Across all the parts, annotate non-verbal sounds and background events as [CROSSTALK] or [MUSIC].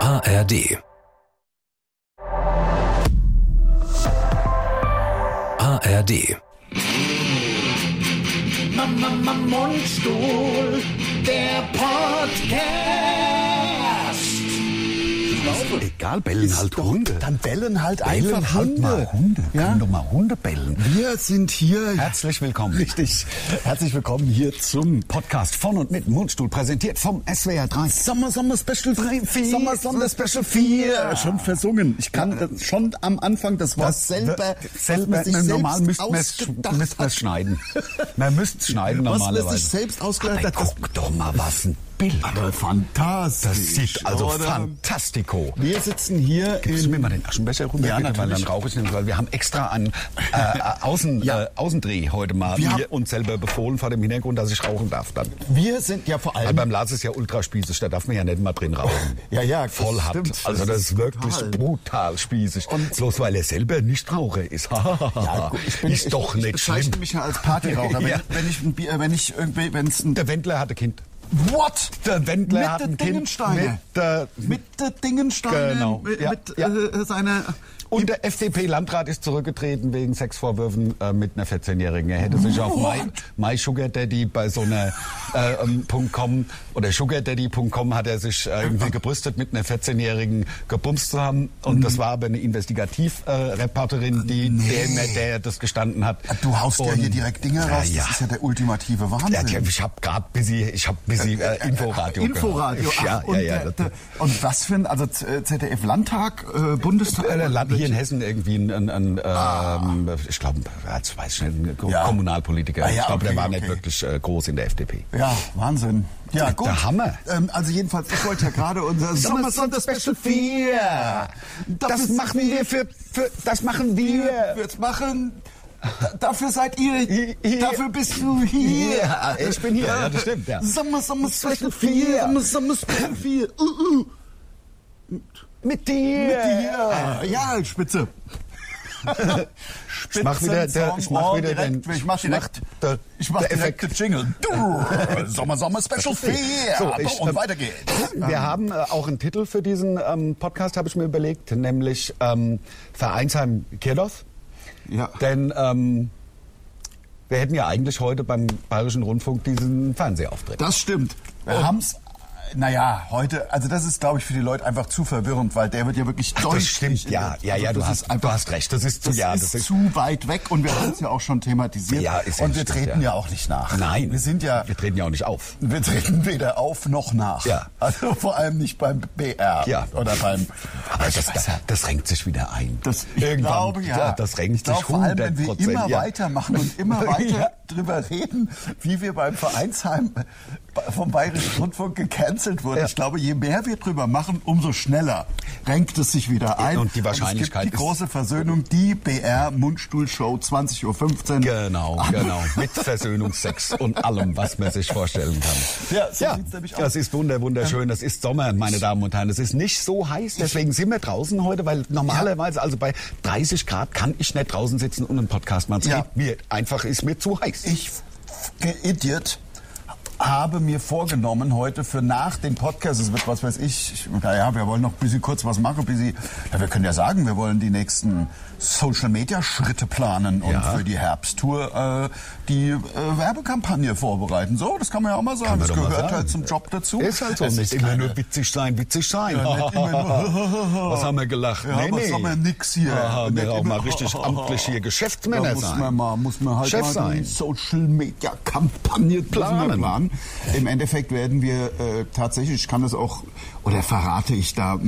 ARD. ARD. Mama, Mama, Mundstuhl, der Podcast. Egal, bellen halt doch- Hunde. Dann bellen halt Bellen einfach halt Hunde. mal Hunde. Ja? Können doch mal Hunde bellen. Wir sind hier. Herzlich willkommen. Richtig. Herzlich willkommen hier zum Podcast von und mit Mundstuhl präsentiert vom SWR 3. Sommer Sommer Special 3, 4. Sommer, Sommer, Special 4. Schon versungen. Ich kann äh, schon am Anfang das Wort selber, selber, was man sich normal selbst müsste man es ausgedacht müsste man es hat. [LAUGHS] schneiden. Man müsste es Was schneiden man sich normalerweise. selbst ausgedacht Aber hat. guck doch mal, was ein Bild. Aber Das fantastisch. sieht also oder? fantastico. Wir sitzen hier Gibst du mir in mal den Aschenbecher rüber? Ja, bitte, weil dann natürlich. rauche ich nämlich, weil wir haben extra einen äh, äh, Außen, äh, Außendreh heute mal Wir wir haben- uns selber befohlen vor dem Hintergrund, dass ich rauchen darf dann. wir sind ja vor Weil allem beim Lars ist ja ultra spießig, da darf man ja nicht mal drin rauchen. [LAUGHS] Ja, ja, das voll hart. stimmt. Also das ist wirklich brutal, spießig. Und Bloß weil er selber nicht Raucher ist. [LAUGHS] ja, gut, ich bin, ist doch ich, nicht ich schlimm. bezeichne mich ja als [LAUGHS] Partyraucher. Wenn, Ja. wenn ich ein Bier, wenn ich irgendwie, wenn es ein Der Wendler hatte Kind. What? Der Wendler mit hat der ein Kind Dingensteine. mit der- mit der Dingensteine. Genau, Mit, ja, mit ja. Äh, seiner. Und der FDP-Landrat ist zurückgetreten wegen Sexvorwürfen äh, mit einer 14-Jährigen. Er hätte sich auf My, My Sugar Daddy bei so einer äh, ähm, .com oder sugardaddy.com hat er sich äh, irgendwie gebrüstet, mit einer 14-Jährigen gebumst zu haben. Und Mhm. das war aber eine Investigativreporterin, die der, der er das gestanden hat. Du haust ja Und- hier direkt Dinge raus. Ja, Das ist ja. ja der ultimative Ja, tja, Wahnsinn. ich habe gerade busy, ich hab busy äh, Inforadio gehört. Inforadio. Ach, Ja, und, ja, ja. der, das- der, und was für ein, also Z- ZDF Landtag, äh, Bundestag. Äh, Land hier in Hessen irgendwie ein, ein, ein ähm, ich glaube, ich weiß nicht, ein Ko- Ah. Ja. Kommunalpolitiker. Ah, ja, ich glaube, okay, der war okay. nicht wirklich äh, groß in der FDP. Ja, Wahnsinn. Ja, gut. Der Hammer. Ähm, also jedenfalls, ich wollte ja gerade unser Sommer Sonder Special 4. ist- für, für, das machen Wird's machen. Da- Dafür seid ihr, Hi- hier. dafür bist du hier. Ja, ich bin hier. Ja, das stimmt, ja. Sommer, Sommer, Special 4. Sommer, Sommer, Special 4. Uh, uh. Mit dir. Mit dir. Ja, Spitze. Spitze Ich mach wieder, der, ich mach wieder Oh, direkt, den, ich mach direkt, der, ich mach der direkt den Jingle. [LAUGHS] Du, Sommer, Sommer, Special 4. So, Aber ich, und ähm, weiter geht's. Wir haben äh, auch einen Titel für diesen ähm, Podcast, habe ich mir überlegt, nämlich ähm, Vereinsheim Kirdorf. Ja. Denn ähm, wir hätten ja eigentlich heute beim Bayerischen Rundfunk diesen Fernsehauftritt. Das stimmt. Wir haben's. Naja, heute, also das ist, glaube ich, für die Leute einfach zu verwirrend, weil der wird ja wirklich deutlich. ja, ja, ja, Also du das hast, ist einfach, du hast recht, das ist zu, das ja, ist das ist, zu weit weg und wir haben es ja auch schon thematisiert. Ja, ist ja und wir stimmt, treten ja. ja. auch nicht nach. nein, Wir sind ja, wir treten ja auch nicht auf. wir treten weder auf noch nach. Ja. Also vor allem nicht beim BR Ja. oder beim. Aber das, weiß das, ja, das renkt sich wieder ein. das, ich Irgendwann, glaube ja. Das renkt ich glaube, sich vor allem, wenn wir 100%, immer ja. weitermachen und [LAUGHS] immer weiter drüber reden, wie wir beim Vereinsheim vom Bayerischen Rundfunk gecancelt wurden. Ja. Ich glaube, je mehr wir drüber machen, umso schneller renkt es sich wieder ein. Und die Wahrscheinlichkeit es gibt ist- die große Versöhnung, die BR Mundstuhl Show 20.15 Uhr. Genau, Ah. genau. Mit Versöhnungsex und allem, was man sich vorstellen kann. Ja, so sieht's nämlich aus. das ist wunder, wunderschön. Das ist Sommer, meine Damen und Herren. Es ist nicht so heiß, deswegen sind wir draußen heute, weil normalerweise, also bei 30 Grad kann ich nicht draußen sitzen und einen Podcast machen. Es Ja. geht mir einfach, ist mir zu heiß. Ich, Idiot, habe mir vorgenommen, heute für nach dem Podcast, es wird was weiß ich, ich naja, wir wollen noch ein bisschen kurz was machen, ein bisschen, ja, wir können ja sagen, wir wollen die nächsten Social-Media-Schritte planen und Ja. für die Herbsttour äh, die äh, Werbekampagne vorbereiten. So, das kann man ja auch mal sagen, Kann man das doch mal gehört sagen. halt zum Job dazu. Ist halt so. Es Nicht ist immer keine- nur witzig sein, witzig sein. Ja, nicht immer [LAUGHS] nur- [LAUGHS] was haben wir gelacht? Ja, was haben wir nix hier? Aha, Nicht wir auch immer- [LAUGHS] mal richtig amtlich hier Geschäftsmänner Da muss sein. Man mal, muss man halt Chef mal die sein. Social-Media-Kampagne Planen. planen. planen. Im Endeffekt werden wir äh, tatsächlich, ich kann das auch, oder verrate ich da,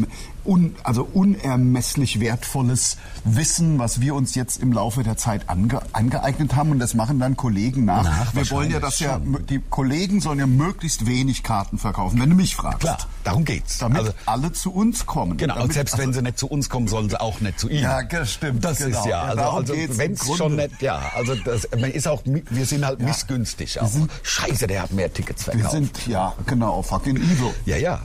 un, also unermesslich wertvolles Wissen, was wir uns jetzt im Laufe der Zeit ange, angeeignet haben. Und das machen dann Kollegen nach. Nach, wir wollen ja, dass ja, wahrscheinlich die Kollegen sollen ja möglichst wenig Karten verkaufen, wenn du mich fragst. Klar, darum geht's. Damit Also- alle zu uns kommen. damit, Genau, also und selbst wenn sie nicht zu uns kommen, sollen sie auch nicht zu Ihnen. Ja, das stimmt, Das genau. ist ja, Ja, also, darum also geht's im wenn es Grunde. schon nicht, ja, also das, man ist auch, mi- wir sind halt missgünstig auch. Scheiße, der hat mehr Tickets Wir verkauft. sind, ja, genau, fucking evil. ja, ja.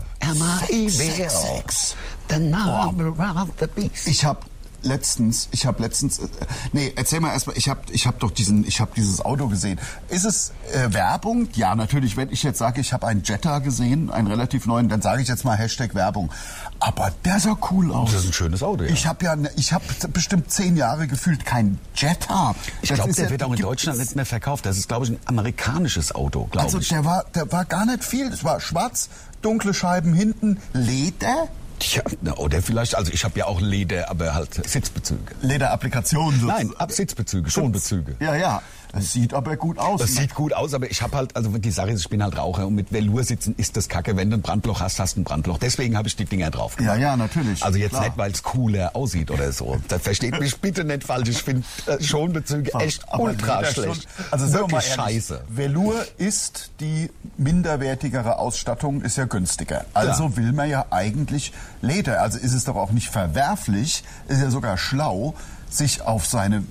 Sex, sex, sex. The number of the beast. Ich habe letztens, ich habe letztens, äh, nee, erzähl mal erstmal, ich habe ich hab doch diesen, ich habe dieses Auto gesehen. Ist es äh, Werbung? Ja, natürlich, wenn ich jetzt sage, ich habe einen Jetta gesehen, einen relativ neuen, dann sage ich jetzt mal Hashtag Werbung. Aber der sah cool aus. Das ist ein schönes Auto, ja. Ich habe ja, ne- ich habe bestimmt zehn Jahre gefühlt kein Jetta. Ich Das glaube, ist der ja- wird auch in gibt- Deutschland nicht mehr verkauft. Das ist, glaube ich, ein amerikanisches Auto, glaube Also ich. der war, der war gar nicht viel. Es war schwarz, dunkle Scheiben hinten, Leder. Tja, na, oder vielleicht, also ich habe ja auch Leder, aber halt Sitzbezüge. Lederapplikationen Nein, ab Sitzbezüge, Schonbezüge. Ja, ja. Es sieht aber gut aus. Das sieht gut aus, aber ich habe halt, also die Sache ist, ich bin halt Raucher und mit Velour sitzen ist das Kacke. Wenn du ein Brandloch hast, hast du ein Brandloch. Deswegen habe ich die Dinger drauf gemacht. Ja, ja, natürlich. Also jetzt Klar. nicht, weil es cooler aussieht oder so. Da versteht mich bitte nicht falsch. Ich finde äh, Schonbezüge echt Aber ultra Leder schlecht. schon- Also sind wir wirklich mal ehrlich, scheiße. Velour ist die minderwertigere Ausstattung, ist ja günstiger. Also Klar. will man ja eigentlich Leder. Also ist es doch auch nicht verwerflich, ist ja sogar schlau, sich auf seine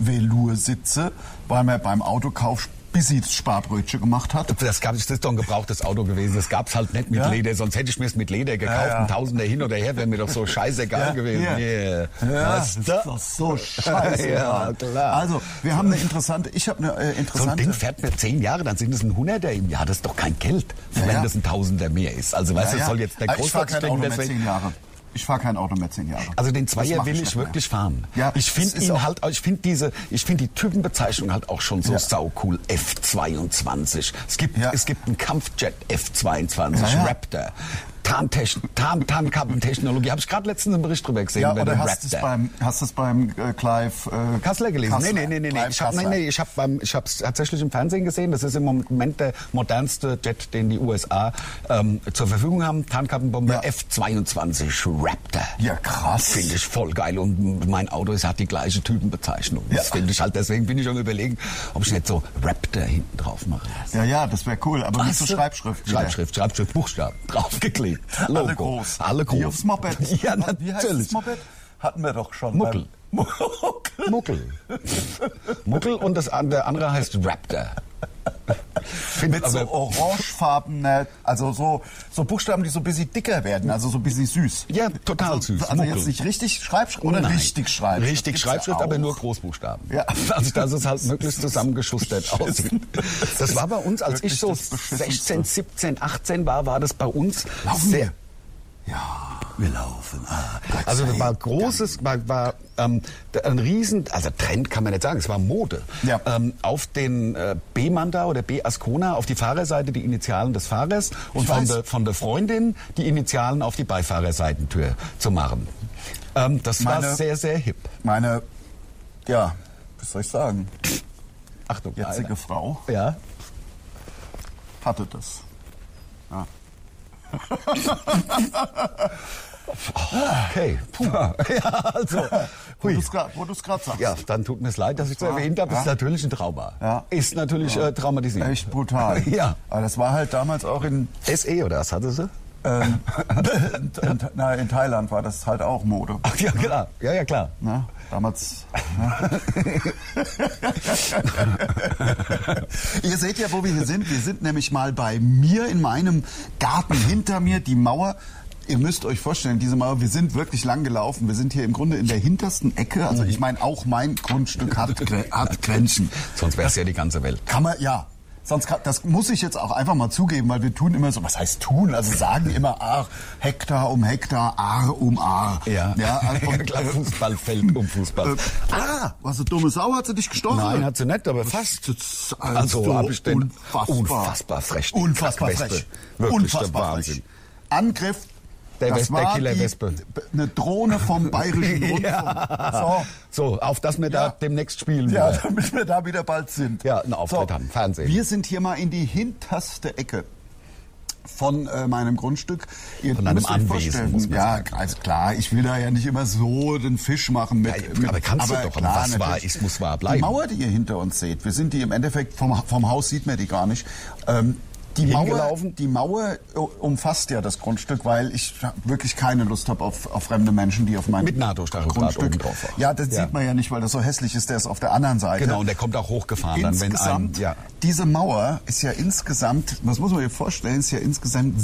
Velour-Sitze, weil man beim Autokauf Bissis Sparbrötchen gemacht hat. Das, gab, das ist doch ein gebrauchtes Auto gewesen. Das gab's halt nicht mit Ja? Leder, sonst hätte ich mir's mit Leder gekauft. ja. Ein Tausender hin oder her wäre mir [LAUGHS] doch so scheißegal Ja, gewesen. ja. Yeah. Ja, Weißt das du? ist doch so scheiße. [LAUGHS] ja, Mann. klar. Also, wir haben eine interessante, ich habe eine äh, so ein interessante. Ding fährt mir zehn Jahre, dann sind es ein Hunderter im Jahr. Das ist doch kein Geld, Ja, wenn ja. das ein Tausender mehr ist. Also weißt du, das soll jetzt der Aber Ah, Ich fahre Großstadt kein Auto stecken. mehr deswegen- zehn Jahre. Ich fahre kein Auto mehr zehn Jahre. Also den Das Zweier mach will nicht ich mehr. wirklich fahren. Ja, ich das finde ist ihn auch- halt, ich finde diese, ich finde die Typenbezeichnung halt auch schon so Ja. saucool. F22. Es gibt, Ja. es gibt einen Kampfjet F22 Ja, ja. Raptor. Tarntechn- Tarn- Tarnkappentechnologie. Habe ich gerade letztens einen Bericht drüber gesehen. Ja, über oder den hast du es Raptor. beim, hast es beim äh, Clive äh, Kassler gelesen? Kassler. Nee, nee, nee, nee, nee. Clive Ich hab, nee, Kassler. nee. Ich habe ich hab's tatsächlich im Fernsehen gesehen. Das ist im Moment der modernste Jet, den die USA ähm, zur Verfügung haben. Tarnkappenbomber Ja. F-22 Raptor. Ja, krass. Finde ich voll geil. Und mein Auto ist, hat die gleiche Typenbezeichnung. Das Ja. finde ich halt, deswegen bin ich am überlegen, ob ich nicht so Raptor hinten drauf mache. Ja, ja, das wäre cool, aber mit Weißt so du? Schreibschrift. wieder. Schreibschrift, Schreibschrift, Buchstaben. [LAUGHS] Draufgeklebt. Logo. Alle groß. Alle groß. Wie aufs Moped. [LAUGHS] Ja, Wie heißt natürlich. das Moped? Hatten wir doch schon. Muckel. beim- Muckel. Muckel. Muckel und das, an- der andere heißt Raptor. Find, Mit so orangefarbener, also so, so Buchstaben, die so ein bisschen dicker werden, also so ein bisschen süß. Ja, total also, süß, Also Muckel. jetzt nicht richtig Schreibschrift oder Nein. richtig Schreibschrift. Richtig Gibt's Schreibschrift, ja aber auch. nur Großbuchstaben. Ja. Also, dass es halt möglichst zusammengeschustert aussieht. Das war bei uns, als Wirklich ich so das Beschissenste. 16, 17, 18 war, war das bei uns Laufen sehr, wir? Ja, wir laufen. Ah, Gott Also sei das war Dank. großes, war, war ähm, ein Riesen, also Trend kann man nicht sagen, es war Mode. Ja. Ähm, auf den äh, B Manda oder B Ascona auf die Fahrerseite die Initialen des Fahrers und Ich von weiß. der, von der Freundin die Initialen auf die Beifahrerseitentür zu machen. Ähm, das war Meine- sehr, sehr hip. Meine, ja, was soll ich sagen? Achtung, Jetzige Alter. Frau ja. hatte das. Ja. Okay. Puh. [LAUGHS] Ja, [LAUGHS] also. Wo Hui. du es gerade sagst. Ja, dann tut mir es leid, dass ich es erwähnt habe. Ist Ja. natürlich ein Trauma. Ja. Ist natürlich äh, traumatisierend. Echt brutal. [LAUGHS] Ja. Aber das war halt damals auch in, SE oder was hatte sie? ähm, [LAUGHS] in, in, na, in Thailand war das halt auch Mode. [LAUGHS] Ach, ja, klar. Ja, ja, klar. Ne? Damals. [LAUGHS] Ihr seht ja, wo wir hier sind. Wir sind nämlich mal bei mir in meinem Garten hinter mir, die Mauer. Ihr müsst euch vorstellen, diese Mauer, wir sind wirklich lang gelaufen. Wir sind hier im Grunde in der hintersten Ecke. Also ich meine, auch mein Grundstück hat, Gre- hat Grenzen. Sonst wäre es ja die ganze Welt. Kann man, ja. Sonst kann, das muss ich jetzt auch einfach mal zugeben, weil wir tun immer so, was heißt tun? Also sagen immer, ach, Hektar um Hektar, Aar um Aar. [LAUGHS] [LAUGHS] also, und, klar, äh, Fußballfeld um Fußball. äh, ah, was eine dumme Sau, hat sie dich gestochen? Nein, hat sie nicht, aber fast. Das ist Also hab ich den unfassbar, unfassbar frech, die Unfassbar Kackwespe. frech. Wirklich der unfassbar Wahnsinn. frech. Angriff. Der das Wespe, war der Killer die- Wespe. Eine Drohne vom [LAUGHS] Bayerischen Rundfunk. Ja. So. auf das wir da Ja. demnächst spielen. Ja, [LAUGHS] wieder. damit wir da wieder bald sind. Ja, einen Auftritt haben, Fernsehen. Wir sind hier mal in die hinterste Ecke von äh, meinem Grundstück. Ihr Von einem müsst euch Anwesen, vorstellen, muss man ja, sagen. also klar, ich will da ja nicht immer so den Fisch machen mit. Ja, mit aber kannst du doch, aber was wahr natürlich. ist, muss wahr bleiben. Die Mauer, die ihr hinter uns seht, wir sind die im Endeffekt, vom, vom Haus sieht man die gar nicht, ähm, Die Mauer, hingelaufen. die Mauer äh, umfasst ja das Grundstück, weil ich wirklich keine Lust habe auf, auf fremde Menschen, die auf meinem Mit NATO-Stacheldraht oben Grundstück. drauf auch. Ja, das Ja. sieht man ja nicht, weil das so hässlich ist. Der ist auf der anderen Seite. Genau, [LAUGHS] und der kommt auch hochgefahren dann, wenn ein, insgesamt, ja. diese Mauer ist ja insgesamt, was muss man sich vorstellen, ist ja insgesamt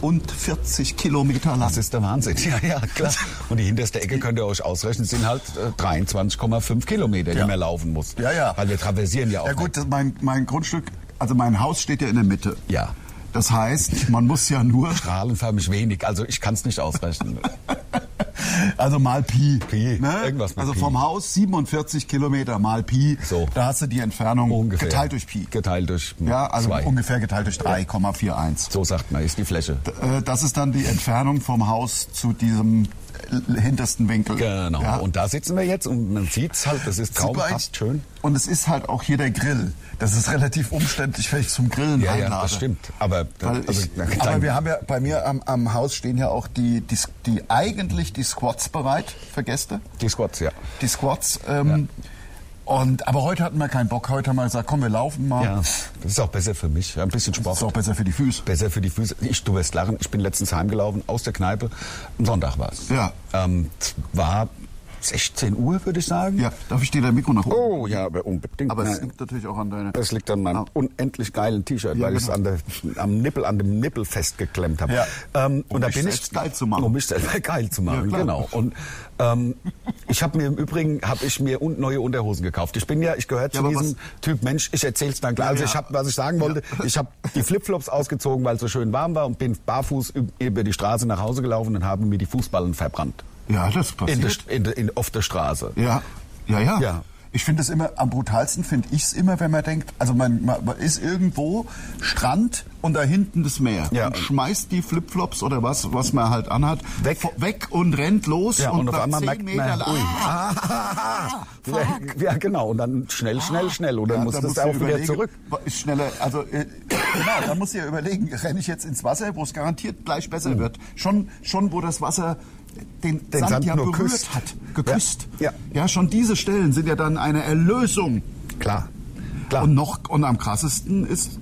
47 Kilometer lang. Das ist der Wahnsinn. Ja, ja, klar. [LAUGHS] Und die hinterste Ecke könnt ihr euch ausrechnen, sind halt äh, 23,5 Kilometer, die Ja. man laufen muss. Ja, ja. Weil wir traversieren ja auch. ja gut, nicht. das- mein, mein Grundstück, also mein Haus steht ja in der Mitte. Ja. Das heißt, man muss ja [LAUGHS] nur, Strahlenförmig wenig, also ich kann es [LAUGHS] nicht ausrechnen. also mal Pi. Pi, irgendwas mit also Pi. vom Haus 47 Kilometer mal Pi. So. Da hast du die Entfernung Ungefähr. geteilt durch Pi. Geteilt durch Ja, also zwei. ungefähr geteilt durch 3,41. So sagt man, ist die Fläche. Äh, Das ist dann die Entfernung vom Haus zu diesem äh, hintersten Winkel. Genau. Ja. Und da sitzen wir jetzt und man sieht's halt, das ist Sieht man traumhaft eigentlich- schön. Und es ist halt auch hier der Grill. Das ist relativ umständlich, wenn ich zum Grillen Ja, ja, einlade. das stimmt. Aber, Weil also, ich, na, klein- aber wir haben ja bei mir am, am Haus stehen ja auch die, die, die eigentlich die Squats bereit für Gäste. die Squats, ja. Die Squats. Ähm, Und aber heute hatten wir keinen Bock. Heute haben wir gesagt, komm, wir laufen mal. Ja, das ist auch besser für mich. Ja, ein bisschen Sport. Ist auch besser für die Füße. Besser für die Füße. Ich, du wirst lachen. Ich bin letztens heimgelaufen aus der Kneipe. Am Sonntag war es. Ja. Ähm, war 16 Uhr, würde ich sagen. Ja, darf ich dir dein Mikro nach oben? Oh ja, aber unbedingt. Aber es Nein. liegt natürlich auch an deiner. Das liegt an meinem Ah. unendlich geilen T-Shirt, Ja, genau. weil ich es an der, am Nippel, an dem Nippel festgeklemmt habe. Ja. Ähm, Um und da dich bin ich selbst geil zu machen. Um mich selber [LAUGHS] geil zu machen, Ja, klar. genau. Und ähm, ich habe mir im Übrigen habe ich mir un neue Unterhosen gekauft. Ich bin ja, ich gehöre zu aber diesem Typ Mensch. Ich erzähl's dann gleich. Also ja. ich habe, was ich sagen wollte, ich habe die Flipflops ausgezogen, weil es so schön warm war und bin barfuß üb- über die Straße nach Hause gelaufen und habe mir die Fußballen verbrannt. Ja, das In der, passiert. St- in der, in, auf der Straße. Ja, ja, ja. Ja. Ich finde es immer, am brutalsten finde ich es immer, wenn man denkt, also man, man man ist irgendwo Strand und da hinten das Meer. Ja. Und schmeißt die Flipflops oder was, was man halt anhat, Weg. vo- weg und rennt los Ja, und, nach auf einmal 10 merkt Meter, man, ui, ah, Ah. ah, [LAUGHS] ah, ah, ja genau, und dann schnell, schnell, schnell, und dann ja, musst da du musst es auch dir wieder überlegen, zurück. wa- Ist schneller, also äh, genau, da musst du ja überlegen, renne ich jetzt ins Wasser, wo es garantiert gleich besser wird. Schon, schon wo das Wasser den, Mhm. Den Sand, Sand ja nur berührt küsst. hat, geküsst. Ja, ja, schon diese Stellen sind ja dann eine Erlösung. Klar, klar. Und noch und am krassesten ist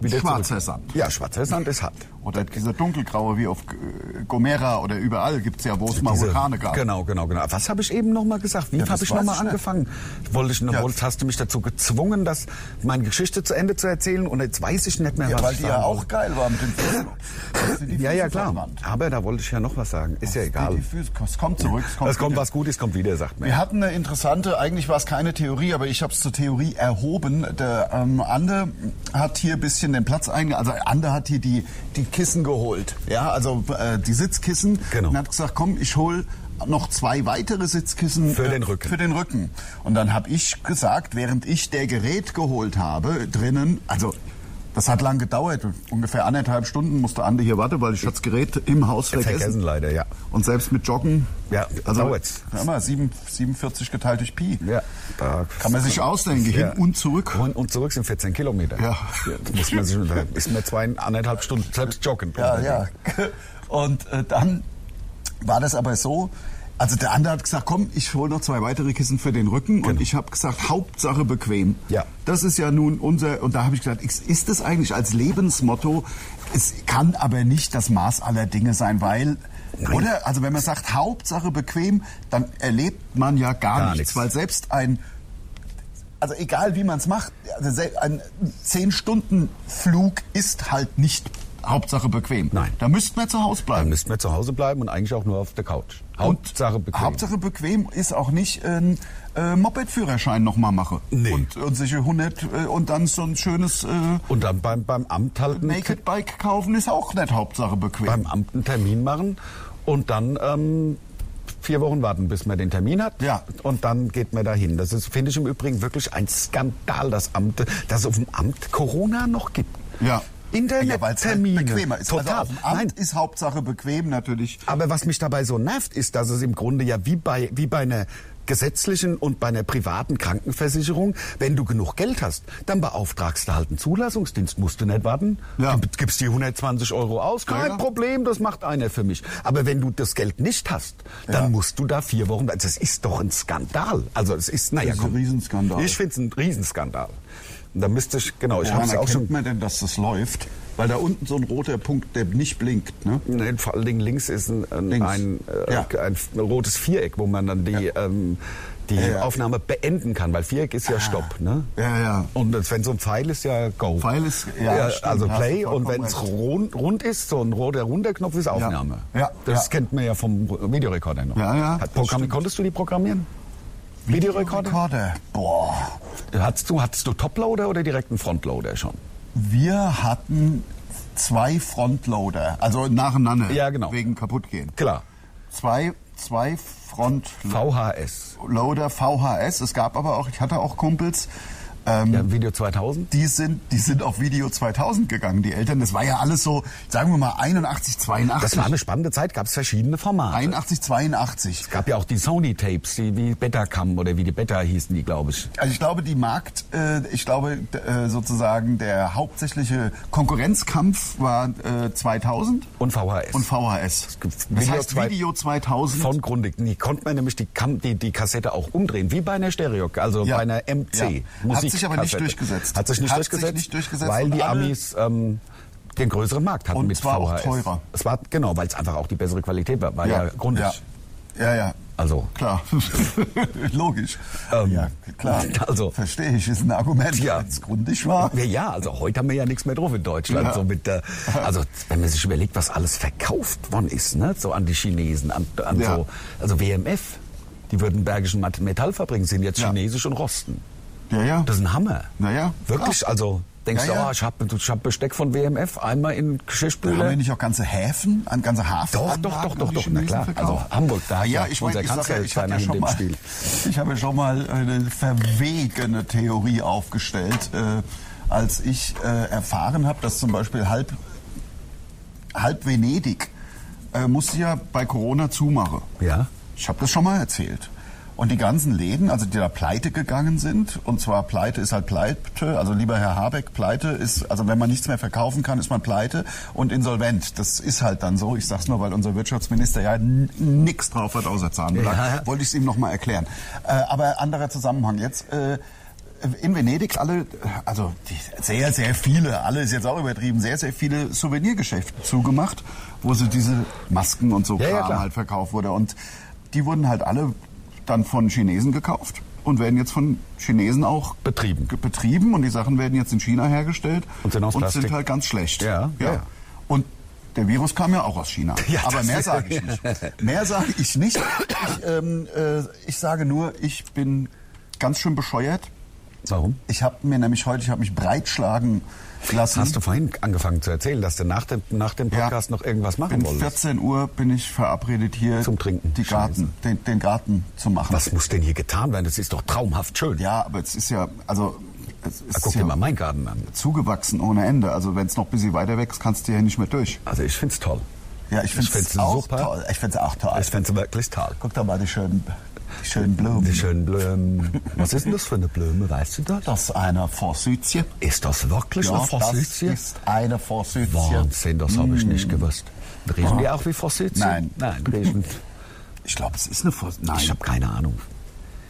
Wieder schwarzer zurück. Sand. Ja, schwarzer Sand ist hart. Oder dieser dunkelgraue wie auf äh, Gomera oder überall gibt's ja, wo es mal Diese- Vulkane gab. Genau, genau, genau. Was habe ich eben nochmal gesagt? Wie Ja, das habe ich weiß nochmal ich nicht. angefangen? Wollte ich noch, Ja. wollte, hast du mich dazu gezwungen, das, meine Geschichte zu Ende zu erzählen? Und jetzt weiß ich nicht mehr, Ja, was weil ich die sagen ja auch wollte. geil war mit den [LAUGHS] Füßen. Ja, ja, klar. Aber da wollte ich ja noch was sagen. Ist ja egal. Die Füße, es kommt zurück. Es kommt, Es kommt wieder. was Gutes, kommt wieder, sagt man. Wir hatten eine interessante, eigentlich war es keine Theorie, aber ich habe es zur Theorie erhoben. Der ähm, Ande hat hier ein bisschen den Platz einge... Also Ande hat hier die, die Kissen geholt, ja, also äh, die Sitzkissen. Genau. Und hat gesagt, komm, ich hol noch zwei weitere Sitzkissen äh, Für den Rücken. Für den Rücken. Und dann habe ich gesagt, während ich der Gerät geholt habe, drinnen, also das hat lang gedauert, ungefähr anderthalb Stunden musste Ande hier warten, weil ich hatte das Gerät im Haus vergessen. Vergessen leider, ja. Und selbst mit Joggen. Ja, also dauert's. hör mal, sieben- 47 geteilt durch Pi. Ja, da Kann man sich ausdenken, Ja. hin und zurück. Und, und zurück sind 14 Kilometer. Ja. Da Muss man sich, da ist man zweieinhalb Stunden selbst joggen. Ja, ja. [LAUGHS] Und äh, dann war das aber so, also der andere hat gesagt, komm, ich hole noch zwei weitere Kissen für den Rücken und ich habe gesagt, Hauptsache bequem. Genau. Ja. Das ist ja nun unser, und da habe ich gesagt, ist- ist das eigentlich als Lebensmotto, es kann aber nicht das Maß aller Dinge sein, weil, oder? Also wenn man sagt, Hauptsache bequem, dann erlebt man ja gar, Gar nichts. nichts, weil selbst ein also egal wie man es macht, also sel- ein 10-Stunden-Flug ist halt nicht Hauptsache bequem. Nein. Da müssten wir zu Hause Dann bleiben. müssten wir zu Hause bleiben und eigentlich auch nur auf der Couch. Und Hauptsache bequem. Hauptsache bequem ist auch nicht ein äh, Moped-Führerschein nochmal mache. Nee. Und, und sich 100 äh, und dann so ein schönes äh, Und dann beim, beim Amt halt einen, Naked-Bike kaufen ist auch nicht Hauptsache bequem. beim Amt einen Termin machen und dann ähm, vier Wochen warten, bis man den Termin hat. Ja. Und dann geht man dahin. Das ist, finde ich im Übrigen wirklich ein Skandal, das Amt, dass es auf dem Amt Corona noch gibt. ja. Ja, weil's halt Internettermine. bequemer ist. Total. Also auf dem Amt Nein. ist Hauptsache bequem natürlich. Aber was mich dabei so nervt, ist, dass es im Grunde ja wie bei, wie bei einer gesetzlichen und bei einer privaten Krankenversicherung, wenn du genug Geld hast, dann beauftragst du halt einen Zulassungsdienst, musst du nicht warten, Ja. du gibst die 120 Euro aus, kein Ja, ja. Problem, das macht einer für mich. Aber wenn du das Geld nicht hast, dann Ja. musst du da vier Wochen, das ist doch ein Skandal. Also es ist, naja, Das ist ein komm. Riesenskandal. Ich finde es ein Riesenskandal. Da müsste ich, genau, ich habe Woran es auch erkennt schon. man denn, dass das läuft? Weil da unten so ein roter Punkt, der nicht blinkt, ne? Nein, vor allen Dingen links ist ein, ein, Links. Ein, äh, Ja. ein f- rotes Viereck, wo man dann die, ähm, die Ja, ja. Aufnahme beenden kann, weil Viereck ist ja Stopp. Ne? Ja, ja. Und wenn so ein Pfeil ist, ja Go. Pfeil ist- ja, stimmt, also hast du Play vollkommen und wenn es recht. rund, rund ist, so ein roter runder Knopf ist Aufnahme. Ja, Das ja. kennt man ja vom Videorekorder noch. Ja, ja, Hat das Programm, stimmt. konntest du die programmieren? Videorekorder? Rekorder. Boah. Hattest du, hattest du Toploader oder direkt einen Frontloader schon? Wir hatten zwei Frontloader, also nacheinander. Ja, genau. Wegen kaputtgehen. Klar. Zwei, zwei Frontloader VHS. VHS. Es gab aber auch, ich hatte auch Kumpels, ähm, Ja, Video 2000? die sind, die sind auf Video 2000 gegangen, die Eltern. Das war ja alles so, sagen wir mal 81, 82. Das war eine spannende Zeit, gab es verschiedene Ah, Formate. 81, 82. Es gab ja auch die Sony-Tapes, die wie Betacam oder wie die Beta hießen die, glaube ich. Also ich glaube, die Markt, äh, ich glaube d- äh, sozusagen der hauptsächliche Konkurrenzkampf war äh, 2000 Und VHS. und VHS. gibt Das Video heißt zwei- Video 2000. von Grundig. Die konnte man nämlich die, Kam die, die Kassette auch umdrehen, wie bei einer Stereo, also Ja. bei einer MC. Ja. Hat sich aber nicht Musikkassette. durchgesetzt. Hat sich nicht, Hat sich durchgesetzt, nicht durchgesetzt weil und die alle- Amis ähm, den größeren Markt hatten Und mit zwar auch VHS. teurer. Es war genau, weil es einfach auch die bessere Qualität war, war ja, Grundig. ja. ja, ja. Also Klar, [LAUGHS] logisch. Ähm, ja, klar. also- Verstehe ich, ist ein Argument, Ja. ja. es grundig war. Ja, ja, also heute haben wir ja nichts mehr drauf in Deutschland. Ja. So mit der, also wenn man sich überlegt, was alles verkauft worden ist, ne? so an die Chinesen, an, an Ja. so, also WMF, die württembergischen Mat- Metallfabriken sind jetzt Ja. chinesisch und rosten. Ja, ja. Das ist ein Hammer. Na ja, Wirklich, klar. also denkst Ja, du, ja. oh, ich habe ich hab Besteck von WMF einmal in Da haben wir Geschirrspüler. nicht auch ganze Häfen, an ganze Hafen? Doch, doch, doch, doch, doch, na klar. Also Hamburg, da hat Ah ja, ja ich unser mein, ich sag ja, Kanzler ich hab seine ja Hände schon im mal, Spiel. [LAUGHS] Ich habe ja schon mal eine verwegene Theorie aufgestellt, äh, als ich äh, erfahren habe, dass zum Beispiel halb, halb Venedig äh, musste ja bei Corona zumachen. Ja. Ich habe das schon mal erzählt. Und die ganzen Läden, also die da pleite gegangen sind, und zwar pleite ist halt pleite, also lieber Herr Habeck, pleite ist, also wenn man nichts mehr verkaufen kann, ist man pleite und insolvent. Das ist halt dann so. Ich sag's nur, weil unser Wirtschaftsminister ja n- nix drauf hat außer Zahnbelag. Ja. Wollte ich's ihm noch mal erklären. Äh, aber anderer Zusammenhang jetzt. Äh, in Venedig alle, also die, sehr, sehr viele, alle ist jetzt auch übertrieben, sehr, sehr viele Souvenirgeschäfte zugemacht, wo sie diese Masken und so Ja, ja, Kram klar. halt verkauft wurde. Und die wurden halt alle dann von Chinesen gekauft und werden jetzt von Chinesen auch Betrieben. ge- betrieben und die Sachen werden jetzt in China hergestellt Und sind aus Plastik. halt ganz schlecht. Ja, ja, ja. Und der Virus kam ja auch aus China. [LAUGHS] Ja, Aber das- mehr sage ich nicht. Mehr sage ich nicht. Ich, ähm, äh, ich sage nur, ich bin ganz schön bescheuert. Warum? Ich habe mir nämlich heute, ich habe mich breitschlagen lassen. Hast du vorhin angefangen zu erzählen, dass du nach dem, nach dem Podcast noch irgendwas machen bin wolltest? 14 Uhr bin ich verabredet hier Zum Trinken. Die Garten, den, den Garten zu machen. Was muss denn hier getan werden? Das ist doch traumhaft schön. Ja, aber es ist ja, also es ist Ah, guck ja dir mal meinen Garten an. zugewachsen ohne Ende. Also wenn es noch ein bisschen weiter wächst, kannst du ja nicht mehr durch. Also ich find's toll. Ja, ich finde find's es auch super. toll. Ich finde es auch toll. Ich find's wirklich toll. Guck doch mal die schönen, die schönen Blumen. Die schönen Blumen. Was ist denn das für eine Blume, weißt du das? Das ist eine Forsythie. Ist das wirklich Ja, eine das Forsythie? ist eine Forsythie. Wahnsinn, das habe ich nicht gewusst. Riechen die auch wie Forsythien? Nein. Nein, riechen. Ich glaube, es ist eine Forsythie. Nein. Ich habe keine Ahnung.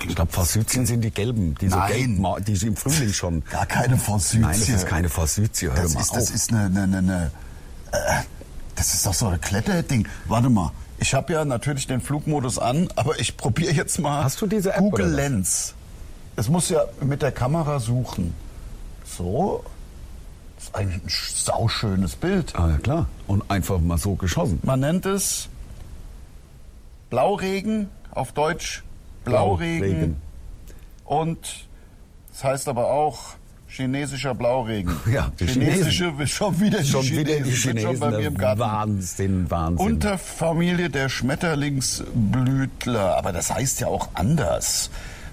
Ich glaube, Forsythien sind die gelben, die so Nein. gelb, ma- die sind im Frühling schon. Gar keine Forsythie. Nein, das ist keine Forsythie, hör Das mal ist, auf. das ist ne, eine, eine, eine, eine äh, das ist doch so ein Kletterding. Warte mal, ich habe ja natürlich den Flugmodus an, aber ich probiere jetzt mal. Hast du diese App Google oder was? Lens. Es muss ja mit der Kamera suchen. So, das ist eigentlich ein sch- sauschönes Bild. ah, ja, klar. Und einfach mal so geschossen. Man nennt es Blauregen auf Deutsch Blauregen, Blauregen. und das heißt aber auch chinesischer Blauregen. [LAUGHS] Ja, die chinesische schon wieder die Schon Chinesen, wieder die sind Chinesen. schon bei mir im Garten. Wahnsinn, Wahnsinn. Unterfamilie der Schmetterlingsblütler, aber das heißt ja auch anders.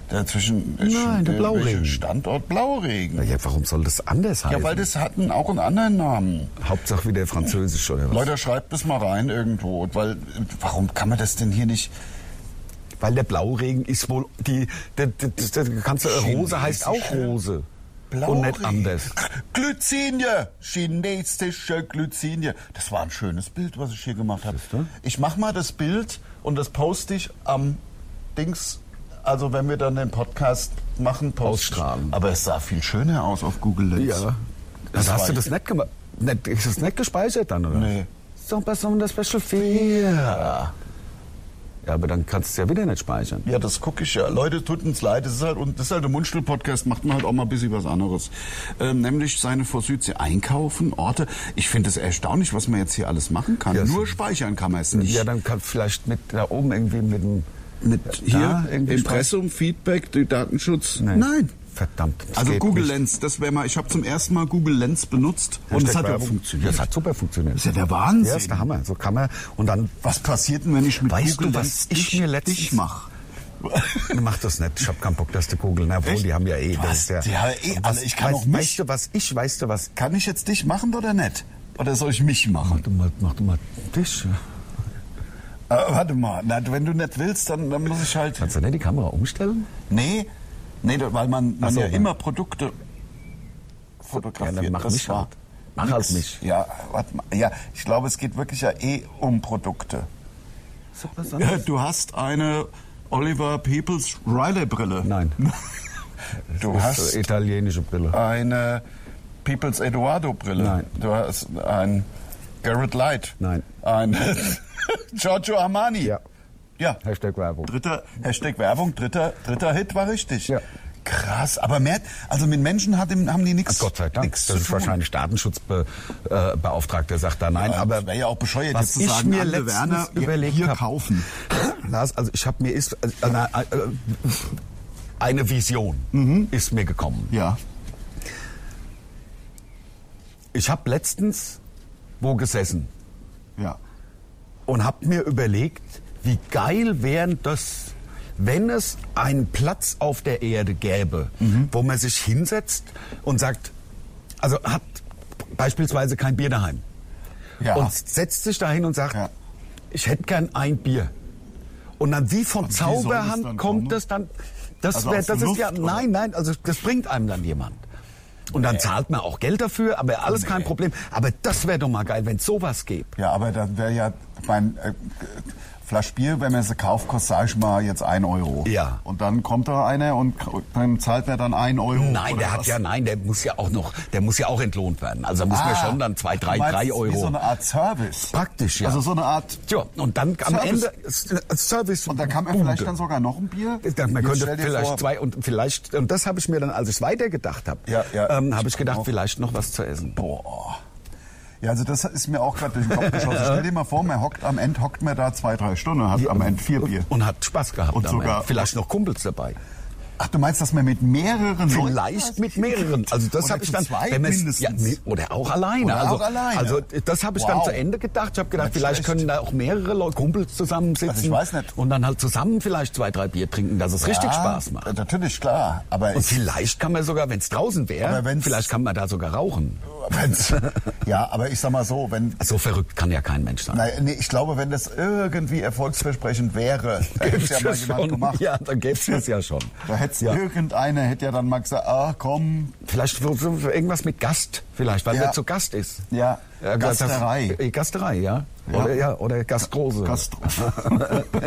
Dazwischen Nein, der Blauregen. äh, Standort Blauregen. ja, warum soll das anders heißen? Ja, weil das hatten auch einen anderen Namen. Hauptsache wieder französisch oder was? Leute, schreibt das mal rein irgendwo, weil warum kann man das denn hier nicht? Weil der Blauregen ist wohl die, die, die, die, die kannst du, Rose heißt auch Rose. Und nicht anders. Glycinie, chinesische Glycinie. Das war ein schönes Bild, was ich hier gemacht habe. Siehste? Ich mach mal das Bild und das poste ich am Dings also wenn wir dann den Podcast machen, posten. Ausstrahlen. Aber es sah viel schöner aus auf Google Lens. Ja. Das Also hast war du ich. das nicht gemacht? Nicht, ist das nicht gespeichert dann, oder? Nee. Ist doch besser mit der Special 4. Ja, aber dann kannst du es ja wieder nicht speichern. Ja, das gucke ich ja. Leute, tut uns leid. Das ist halt, und das ist halt ein Mundstuhl-Podcast, macht man halt auch mal ein bisschen was anderes. Ähm, nämlich seine vor Südsee einkaufen, Orte. Ich finde es erstaunlich, was man jetzt hier alles machen kann. Ja, Nur so- speichern kann man es nicht. Ja, dann kann vielleicht mit da oben irgendwie mit dem. Mit Da hier irgendwie Impressum, Feedback, die Datenschutz. Nein. Nein. Verdammt. das Also geht Google nicht. Lens, das wäre mal, ich habe zum ersten Mal Google Lens benutzt und es hat ja Hashtag-Werbung. funktioniert. Das hat super funktioniert. Das ist ja der Wahnsinn. Ja, ist der Hammer. So kann man. Und dann was passiert denn, wenn ich mit Weißt Google du, was Lens ich dich- mir letztens- dich mach? [LAUGHS] Mach das nicht. Ich hab keinen Bock, dass du googeln. Na wohl, Echt? die haben ja eh. Du hast- das ist die haben eh alle. Was- Ich kann weißt, auch mich. Weißt du, was ich, weißt du, was. Kann ich jetzt dich machen oder nicht? Oder soll ich mich machen? Du mal, mach du mal dich. Äh, warte mal, Na, wenn du nicht willst, dann, dann muss ich halt. Kannst du nicht die Kamera umstellen? Nee, nee, da- weil man, man so, ja ja. immer Produkte Ja, fotografiert. dann mach Das mich war halt. Mach halt nix. mich. Ja, warte mal. Ja, ich glaube, es geht wirklich ja eh um Produkte. So was Ja, Du hast eine Oliver Peoples Riley Brille. Nein. [LAUGHS] Du Ist, hast äh, italienische Brille. Ah, eine Peoples Eduardo Brille. Nein. Du hast ein Garrett Light. Nein. Ein [LAUGHS] Giorgio Armani. Ja. Ja. Hashtag Werbung. Dritter Hashtag Werbung, dritter, dritter Hit war richtig. Ja. Krass, aber mehr, also mit Menschen hat, im- haben die nichts. Gott sei Dank. Das ist wahrscheinlich Datenschutzbeauftragter, äh, Beauftragter, der sagt da nein. Aber aber wäre ja auch bescheuert, was jetzt zu ich sagen, mir Anne letztens Werner ihr- überlegt hier hab. kaufen. Lars, also ich habe mir ist äh, na, äh, eine Vision Mhm. ist mir gekommen. Ja. Ich habe letztens wo gesessen Ja. und habe mir überlegt, wie geil wären das, wenn es einen Platz auf der Erde gäbe, Mhm. wo man sich hinsetzt und sagt, also hat beispielsweise kein Bier daheim Ja. und setzt sich dahin und sagt, Ja. ich hätte gern ein Bier. Und dann wie von Also wie soll das dann Zauberhand kommt kommen? das dann, das Also wär, aus das der ist ja, Luft, oder? nein, nein, also das bringt einem dann jemand. Und dann zahlt man auch Geld dafür, aber alles kein Problem. Aber das wäre doch mal geil, wenn sowas gäbe. ja, aber dann wäre ja mein äh, Flasch Bier, wenn man sie kauft, kostet, sag ich mal, jetzt ein Euro. Ja. Und dann kommt da einer und k- dann zahlt man dann ein Euro. Nein, oder der hat was? ja, nein, der muss ja auch noch, der muss ja auch entlohnt werden. Also da muss man Ah, schon dann zwei, drei, du meinst, drei es ist Wie so Euro. eine Art Service. Praktisch, ja. Also so eine Art. Tja, und dann am Service. Ende äh, Service. Und da kam er vielleicht dann sogar noch ein Bier. Dann, man Jetzt könnte stell dir vielleicht vor- zwei und vielleicht und das habe ich mir dann, als ich weitergedacht habe, Ja, Genau. ja. ähm, habe ich gedacht, vielleicht noch was zu essen. Boah. Ja, also das ist mir auch gerade durch [LAUGHS] den Kopf geschossen. Stell dir mal vor, man hockt am Ende, hockt man da zwei, drei Stunden, hat am Ende vier Bier. Und hat Spaß gehabt. Und am sogar- Ende. vielleicht noch Kumpels dabei. Ach, du meinst, dass man mit mehreren Vielleicht mit mehreren. Also das Oder habe ich zu dann, zweit man's- mindestens. ja, nee, oder auch alleine. Oder also, auch alleine. Also das habe ich dann Wow. zu Ende gedacht. Ich habe gedacht, Nicht vielleicht schlecht. können da auch mehrere Leute, Kumpels zusammensitzen Also ich weiß nicht. und dann halt zusammen vielleicht zwei, drei Bier trinken, dass es richtig Spaß macht. Natürlich, klar. Aber Und vielleicht kann man sogar, wenn es draußen Aber wäre, wenn's- vielleicht kann man da sogar rauchen. wenn's, ja, aber ich sag mal so, wenn So verrückt kann ja kein Mensch sein. Nein, nee, ich glaube, wenn das irgendwie erfolgsversprechend wäre, da hätte es ja mal jemand schon. gemacht. Ja, dann gäbe es das ja schon. Da hätte Ja. irgendeiner hätte ja dann mal gesagt, ah komm, Vielleicht so- so irgendwas mit Gast, vielleicht, weil Ja. er zu Gast ist. Ja. das- Gasterei. äh, Gasterei, ja. Ja. Oder, ja, oder Gastrose. Gastro. [LAUGHS]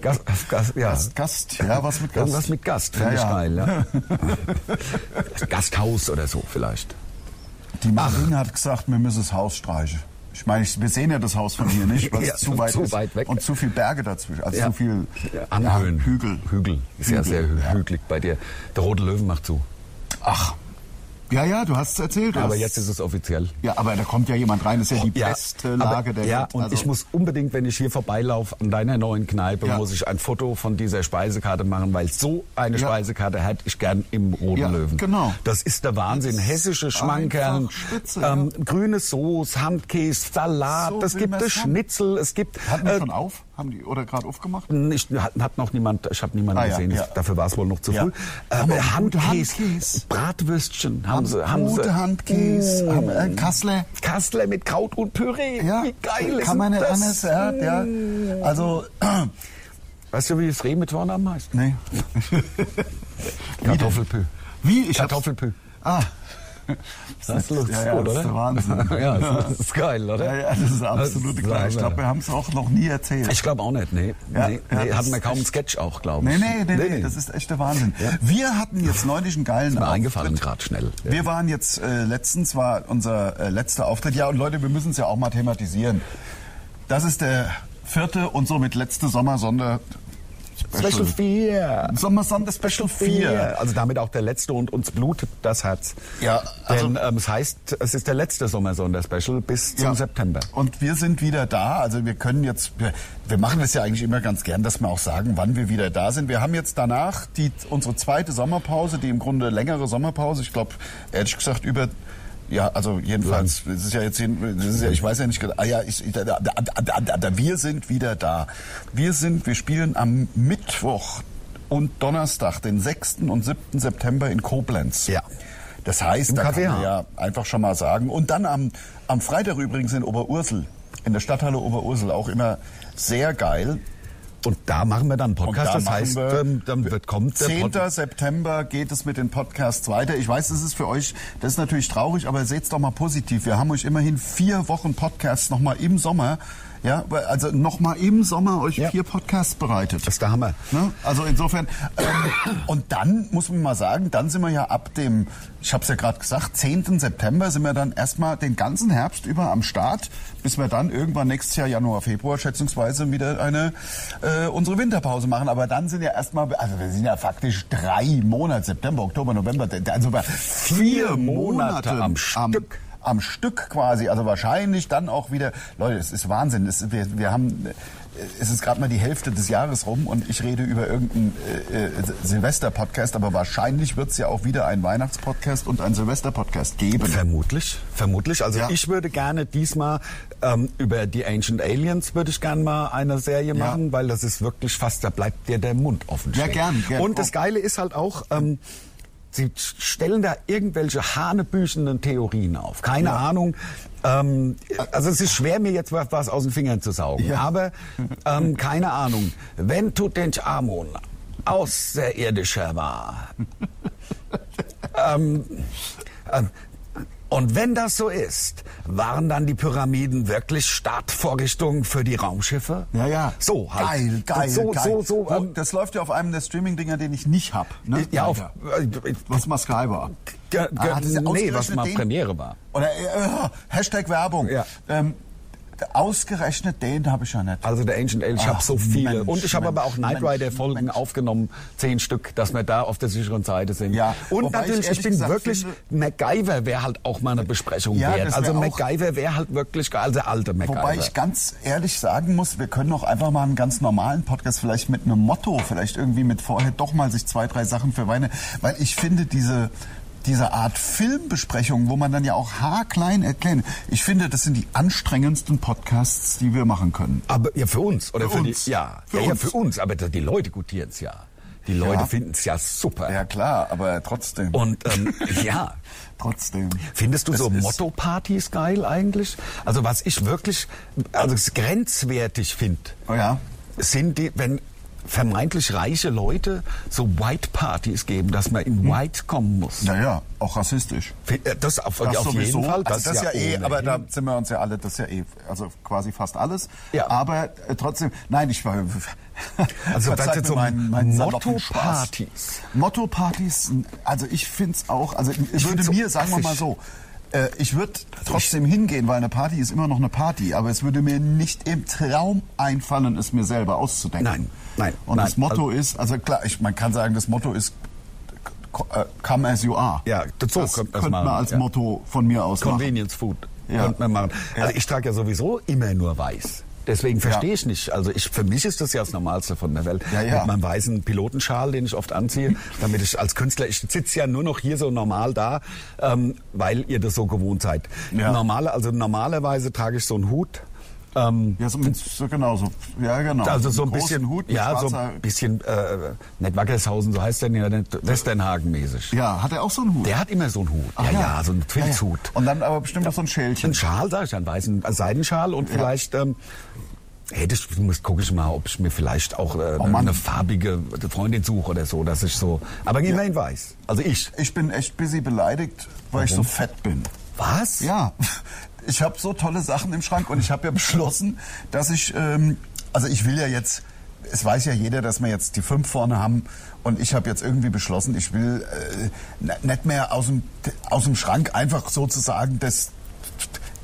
Gas, Gas, ja. Gast, Gast, ja, was mit Gast? Irgendwas mit Gast, finde ich geil. Ja. [LAUGHS] Gasthaus oder so vielleicht. Die Marine hat gesagt, wir müssen das Haus streichen. Ich meine, ich, wir sehen ja das Haus von hier nicht, [LAUGHS] weil Ja, es zu weit zu ist weit weg. und zu viel Berge dazwischen, also Ja. zu viel Ja, Anhöhen. Ja, Hügel. Hügel. Ist ja sehr hü- hügelig bei dir. Der Rote Löwen macht zu. Ach, ja, ja, du hast es erzählt. du Aber hast- jetzt ist es offiziell. ja, aber da kommt ja jemand rein. Das ist ja die Ja, beste Lage aber, der Ja, Welt. und Also- ich muss unbedingt, wenn ich hier vorbeilaufe an deiner neuen Kneipe, Ja. muss ich ein Foto von dieser Speisekarte machen, weil so eine Ja. Speisekarte hätte ich gern im Roten Ja, Löwen. genau. Das ist der Wahnsinn. Das ist Hessische Schmankerl, einfach spitze, ähm, grüne Soße, Handkäse, Salat, So es will gibt man's das haben. Schnitzel, es gibt... Hatten die äh, Hm, schon auf? Haben die oder gerade aufgemacht? nicht, hat, hat noch niemand, ich habe niemanden Ah, ja, gesehen, ja. dafür war es wohl noch zu Ja. früh. Haben Äh, auch gute Handkäse. Bratwürstchen haben sie. Haben sie. Gute Handkäse, Mm. haben, äh, Kassler. Kassler mit Kraut und Püree. Ja, Wie geil ist kann man nicht das? Hm. anders. Ja, ja. Also, [CLEARS THROAT] Weißt du, wie das Reh mit Worn am meisten? nee. Kartoffelpü. Wie? Ich hab's- Kartoffelpü. Ah, [LAUGHS] Das ist ja, ja, gut, das ist oder? der Wahnsinn. [LAUGHS] ja, [LAUGHS] das ist geil, oder? Ja, ja, das ist absolut Das klar. Ich Wahnsinn. glaube, wir haben es auch noch nie erzählt. Ich glaube auch nicht, nee. Ja, nee, ja, nee das hatten wir ist kaum einen echt- Sketch auch, glaube Nee, ich. nee, nee, nee, das ist echt der Wahnsinn. Wir hatten jetzt neulich einen geilen mir Auftritt. eingefallen gerade schnell. Ja. Wir waren jetzt, äh, letztens war unser äh, letzter Auftritt. Ja, und Leute, wir müssen es ja auch mal thematisieren. Das ist der vierte und somit letzte Sommersonder. Special 4. Sommersonder Special 4. Also damit auch der letzte und uns blutet das Herz. Ja, also- Denn ähm, es heißt, es ist der letzte Sommersonder-Special bis zum Ja. September. Und wir sind wieder da. Also wir können jetzt, wir, wir machen das ja eigentlich immer ganz gern, dass wir auch sagen, wann wir wieder da sind. Wir haben jetzt danach die, unsere zweite Sommerpause, die im Grunde längere Sommerpause. Ich glaube, ehrlich gesagt, über ja, also jedenfalls, es ist ja jetzt, jeden- es ist ja, ich weiß ja nicht, genau- ah ja, ich, ich, da, da, da, da, da, da, wir sind wieder da. Wir sind, wir spielen am Mittwoch und Donnerstag, den 6. und 7. September in Koblenz. Ja. Das heißt, Im da kann Café man H. ja einfach schon mal sagen. Und dann am, am Freitag übrigens in Oberursel, in der Stadthalle Oberursel, auch immer sehr geil. Und da machen wir dann einen Podcast. das machen heißt, wir- ähm, dann wird, kommt der 10. Podcast. September geht es mit den Podcasts weiter. Ich weiß, das ist für euch, das ist natürlich traurig, aber seht's doch mal positiv. Wir haben euch immerhin vier Wochen Podcasts nochmal im Sommer, ja, also nochmal im Sommer euch Ja. vier Podcasts bereitet. Das ist der Hammer. Ne? Also insofern. Ähm, und dann muss man mal sagen, dann sind wir ja ab dem, ich habe es ja gerade gesagt, 10. September sind wir dann erstmal den ganzen Herbst über am Start, bis wir dann irgendwann nächstes Jahr, Januar, Februar schätzungsweise wieder eine äh, unsere Winterpause machen. Aber dann sind ja erstmal, also wir sind ja faktisch drei Monate, September, Oktober, November, de- also bei vier Monate Monate am am Stück. am Stück quasi, also wahrscheinlich dann auch wieder. Leute, es ist Wahnsinn. Es, wir, wir haben, äh, es ist gerade mal die Hälfte des Jahres rum und ich rede über irgendeinen äh, äh, Silvester-Podcast, aber wahrscheinlich wird es ja auch wieder einen Weihnachts-Podcast und einen Silvester-Podcast geben. Vermutlich, vermutlich. Also Ja. ich würde gerne diesmal ähm, über die Ancient Aliens würde ich gerne mal eine Serie machen, weil das ist wirklich fast, da bleibt dir der Mund offen Ja, stehen. gern, gern. Oh. Und das Geile ist halt auch, ähm, sie stellen da irgendwelche hanebüchenden Theorien auf. Keine Ahnung. Ähm, also es ist schwer, mir jetzt was was aus den Fingern zu saugen. Ja. Aber ähm, keine Ahnung. Wenn Tutanchamun außerirdischer war, ähm, ähm, und wenn das so ist, waren dann die Pyramiden wirklich Startvorrichtungen für die Raumschiffe? Ja, ja. So halt. Geil, geil, so, geil. So, so, Wo- ähm, das läuft ja auf einem der Streaming-Dinger, den ich nicht hab. Ne? ja, auf, Leider. äh, Was mal Sky war. Ge- Ah, ge- hat es nee, ausgerechnet was mal Premiere war. Oder äh, Hashtag Werbung. Ja. Ähm, ausgerechnet den habe ich ja nicht. Also der Ancient Aliens, ich habe Ach, so viele. Mensch, und ich habe aber auch Mensch, Knight Rider Mensch, Folgen Mensch. aufgenommen, zehn Stück, dass wir da auf der sicheren Seite sind. Ja, wobei und ich natürlich, ich, ehrlich bin gesagt wirklich, MacGyver wäre halt auch mal eine Besprechung Ja, das wert. wär Also auch- MacGyver wäre halt wirklich geil, also der alte MacGyver. Wobei ich ganz ehrlich sagen muss, wir können auch einfach mal einen ganz normalen Podcast, vielleicht mit einem Motto, vielleicht irgendwie mit vorher doch mal sich zwei, drei Sachen für Weine, weil ich finde diese diese Art Filmbesprechung, wo man dann ja auch haarklein erklären. Ich finde, das sind die anstrengendsten Podcasts, die wir machen können. aber ja, für uns. Oder Für für, uns. Die, ja, Für ja, ja, uns. für uns. Aber die Leute gutieren es ja. Die Leute Ja. finden es ja super. Ja klar, aber trotzdem. Und [LAUGHS] ähm, ja, trotzdem. Findest du Es so ist- Motto-Partys geil eigentlich? Also was ich wirklich, also es grenzwertig finde, Oh ja. sind die, wenn vermeintlich reiche Leute so White-Partys geben, dass man Hm. in White kommen muss. Naja, auch rassistisch. Fi- äh, Das auf, auf sowieso. jeden Fall. Das, also das ja, eh, ohnehin. aber da sind wir uns ja alle, das ist ja eh, also quasi fast alles. Ja. Aber äh, trotzdem, nein, ich war. [LAUGHS] Also Verzeiht das jetzt mir so meinen- meinen saloppen Motto-Partys. Spaß. Motto-Partys, also ich find's auch, also ich würde find's so mir, sagen wir mal affig. so, äh, ich würde trotzdem hingehen, weil eine Party ist immer noch eine Party, aber es würde mir nicht im Traum einfallen, es mir selber auszudenken. Nein, nein, Und nein. das Motto ist, also klar, ich, man kann sagen, das Motto ist co- äh, Come as you are. Ja, so das könnte könnte man's man machen, als ja. Motto von mir aus machen. Convenience Food Ja. könnte man machen. Ja. Also ich trage ja sowieso immer nur weiß. Deswegen verstehe Ja. ich nicht. Also ich, für mich ist das ja das Normalste von der Welt. Ja, ja. Mit meinem weißen Pilotenschal, den ich oft [LAUGHS] anziehe, damit ich als Künstler, ich sitze ja nur noch hier so normal da, ähm, weil ihr das so gewohnt seid. Ja. Normale, also normalerweise trage ich so einen Hut. Ähm, Ja, so, mit, so genau so. Ja, genau. also so ein Einen großen bisschen, Hut mit ja, so schwarzer- ein bisschen, äh, nicht Wackershausen, so heißt der ja nicht, Westernhagen-mäßig. Ja, hat er auch so einen Hut? Der hat immer so einen Hut. Ach ja, ja, so einen Ja, ja. Filzhut. Und dann aber bestimmt auch so ein Schälchen. Ein Schal, sag ich, einen weißen Seidenschal und vielleicht ähm, Hätte ich, muss gucke ich mal, ob ich mir vielleicht auch äh, Oh Mann. eine farbige Freundin suche oder so, dass ich so. Aber immerhin weiß. Also ich. Ich bin echt busy beleidigt, weil ich so fett bin. Was? Ja, [LAUGHS] ich habe so tolle Sachen im Schrank und ich habe ja beschlossen, dass ich, ähm, also ich will ja jetzt, es weiß ja jeder, dass wir jetzt die fünf vorne haben und ich habe jetzt irgendwie beschlossen, ich will äh, n- nicht mehr aus dem, aus dem Schrank einfach sozusagen das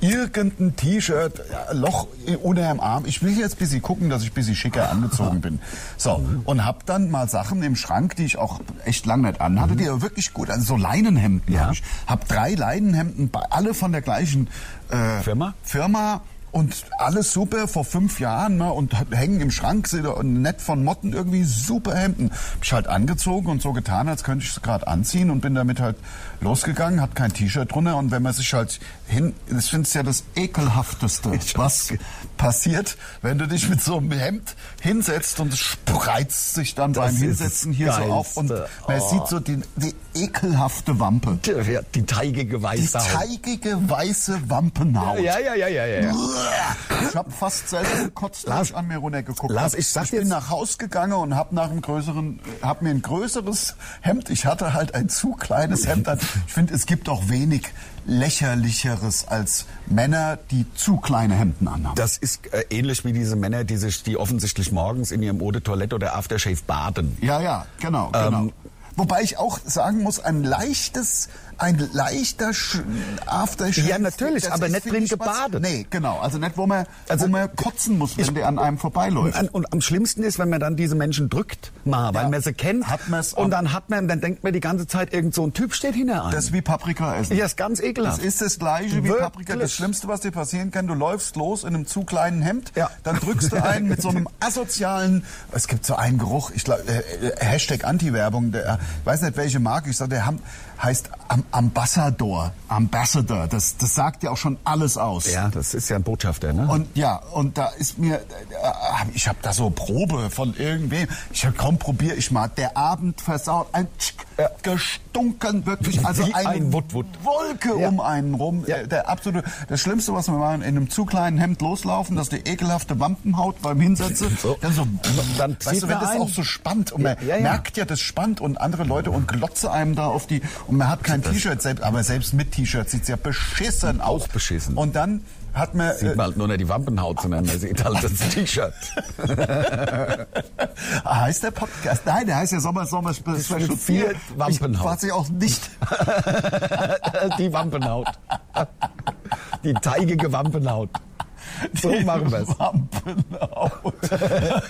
irgendein T-Shirt, ja, Loch unter dem Arm. Ich will jetzt ein bisschen gucken, dass ich ein bisschen schicker angezogen bin. So, und hab dann mal Sachen im Schrank, die ich auch echt lange nicht anhatte, die aber wirklich gut, also so Leinenhemden Ja. hab ich. Hab drei Leinenhemden, bei- alle von der gleichen äh, Firma? Firma. Und alles super vor fünf Jahren ne, und hängen im Schrank, sind nett von Motten irgendwie super Hemden. Hab ich halt angezogen und so getan, als könnte ich es gerade anziehen und bin damit halt losgegangen, hat kein T-Shirt drunter und wenn man sich halt hin, ich finde es ja das ekelhafteste, was passiert, wenn du dich mit so einem Hemd hinsetzt und es spreizt sich dann Das beim ist Hinsetzen das hier so auf und man Geilste. Oh. sieht so die, die ekelhafte Wampe. Ja, Die teigige Die Weiße. Haut. teigige weiße Wampenhaut. Ja, ja, ja, ja, ja. ja. Ich habe fast selber gekotzt, als Lars- ich an mir runtergeguckt Lars, hab. ich sag bin jetzt- nach Haus gegangen und habe nach einem größeren, habe mir ein größeres Hemd. Ich hatte halt ein zu kleines Hemd an. Ich finde, es gibt auch wenig lächerlicheres als Männer, die zu kleine Hemden anhaben. Das ist äh, ähnlich wie diese Männer, die sich, die offensichtlich morgens in ihrem Eau de Toilette oder Aftershave baden. Ja, ja, genau, Ähm, genau. Wobei ich auch sagen muss, ein leichtes, ein leichter Sch- Aftershave. Ja, natürlich, das aber ist, nicht finde drin ich, was- gebadet. Nee, genau. Also nicht, wo man, Also, wo man kotzen muss, wenn der an einem vorbeiläuft. An, und am schlimmsten ist, wenn man dann diese Menschen drückt, mal, weil Ja. man sie kennt. Hat man's und am- dann hat man, dann denkt man die ganze Zeit, irgend so ein Typ steht hinter einem. Das ist wie Paprika essen. ja, ist ganz Das ekelhaft. ist das Gleiche wie Wirklich. Paprika. Das Schlimmste, was dir passieren kann, du läufst los in einem zu kleinen Hemd, Ja. dann drückst du einen mit so einem asozialen, es gibt so einen Geruch, ich glaube, äh, äh, Hashtag Anti-Werbung, der, ich weiß nicht, welche Marke, ich sag, der Ham, heißt Am Ambassador, Ambassador, das, das sagt ja auch schon alles aus. Ja, das ist ja ein Botschafter, ne? Und ja, und da ist mir, äh, ich habe da so Probe von irgendwem. Ich hab, komm, probier ich mal. Der Abend versaut, ein Tschick, Ja. gestunken wirklich, also Wie eine ein Woodwood. Wolke Ja. um einen rum. Ja. Äh, Der absolute, das Schlimmste, was wir machen, in einem zu kleinen Hemd loslaufen, dass die ekelhafte Wampenhaut beim Hinsetzen, [LAUGHS] So. dann so, Dann weißt zieht du, wenn man das ein. auch so spannt und man Ja, ja, ja. merkt ja, das spannt und andere Leute und glotze einem da auf die und man hat kein T-Shirt selbst, aber selbst mit T-Shirt sieht's ja beschissen aus. Auch beschissen. Und dann hat man äh, sieht man halt nur nicht die Wampenhaut, sondern man sieht halt das [LAUGHS] T-Shirt. Ah, heißt der Podcast? Nein, der heißt ja Sommer, Sommer, Special Special 4. vier, Wampenhaut. Ich, was ich auch nicht. die Wampenhaut. Die teigige Wampenhaut. [LAUGHS] So machen wir's. Wampenhaut. Aber Genau.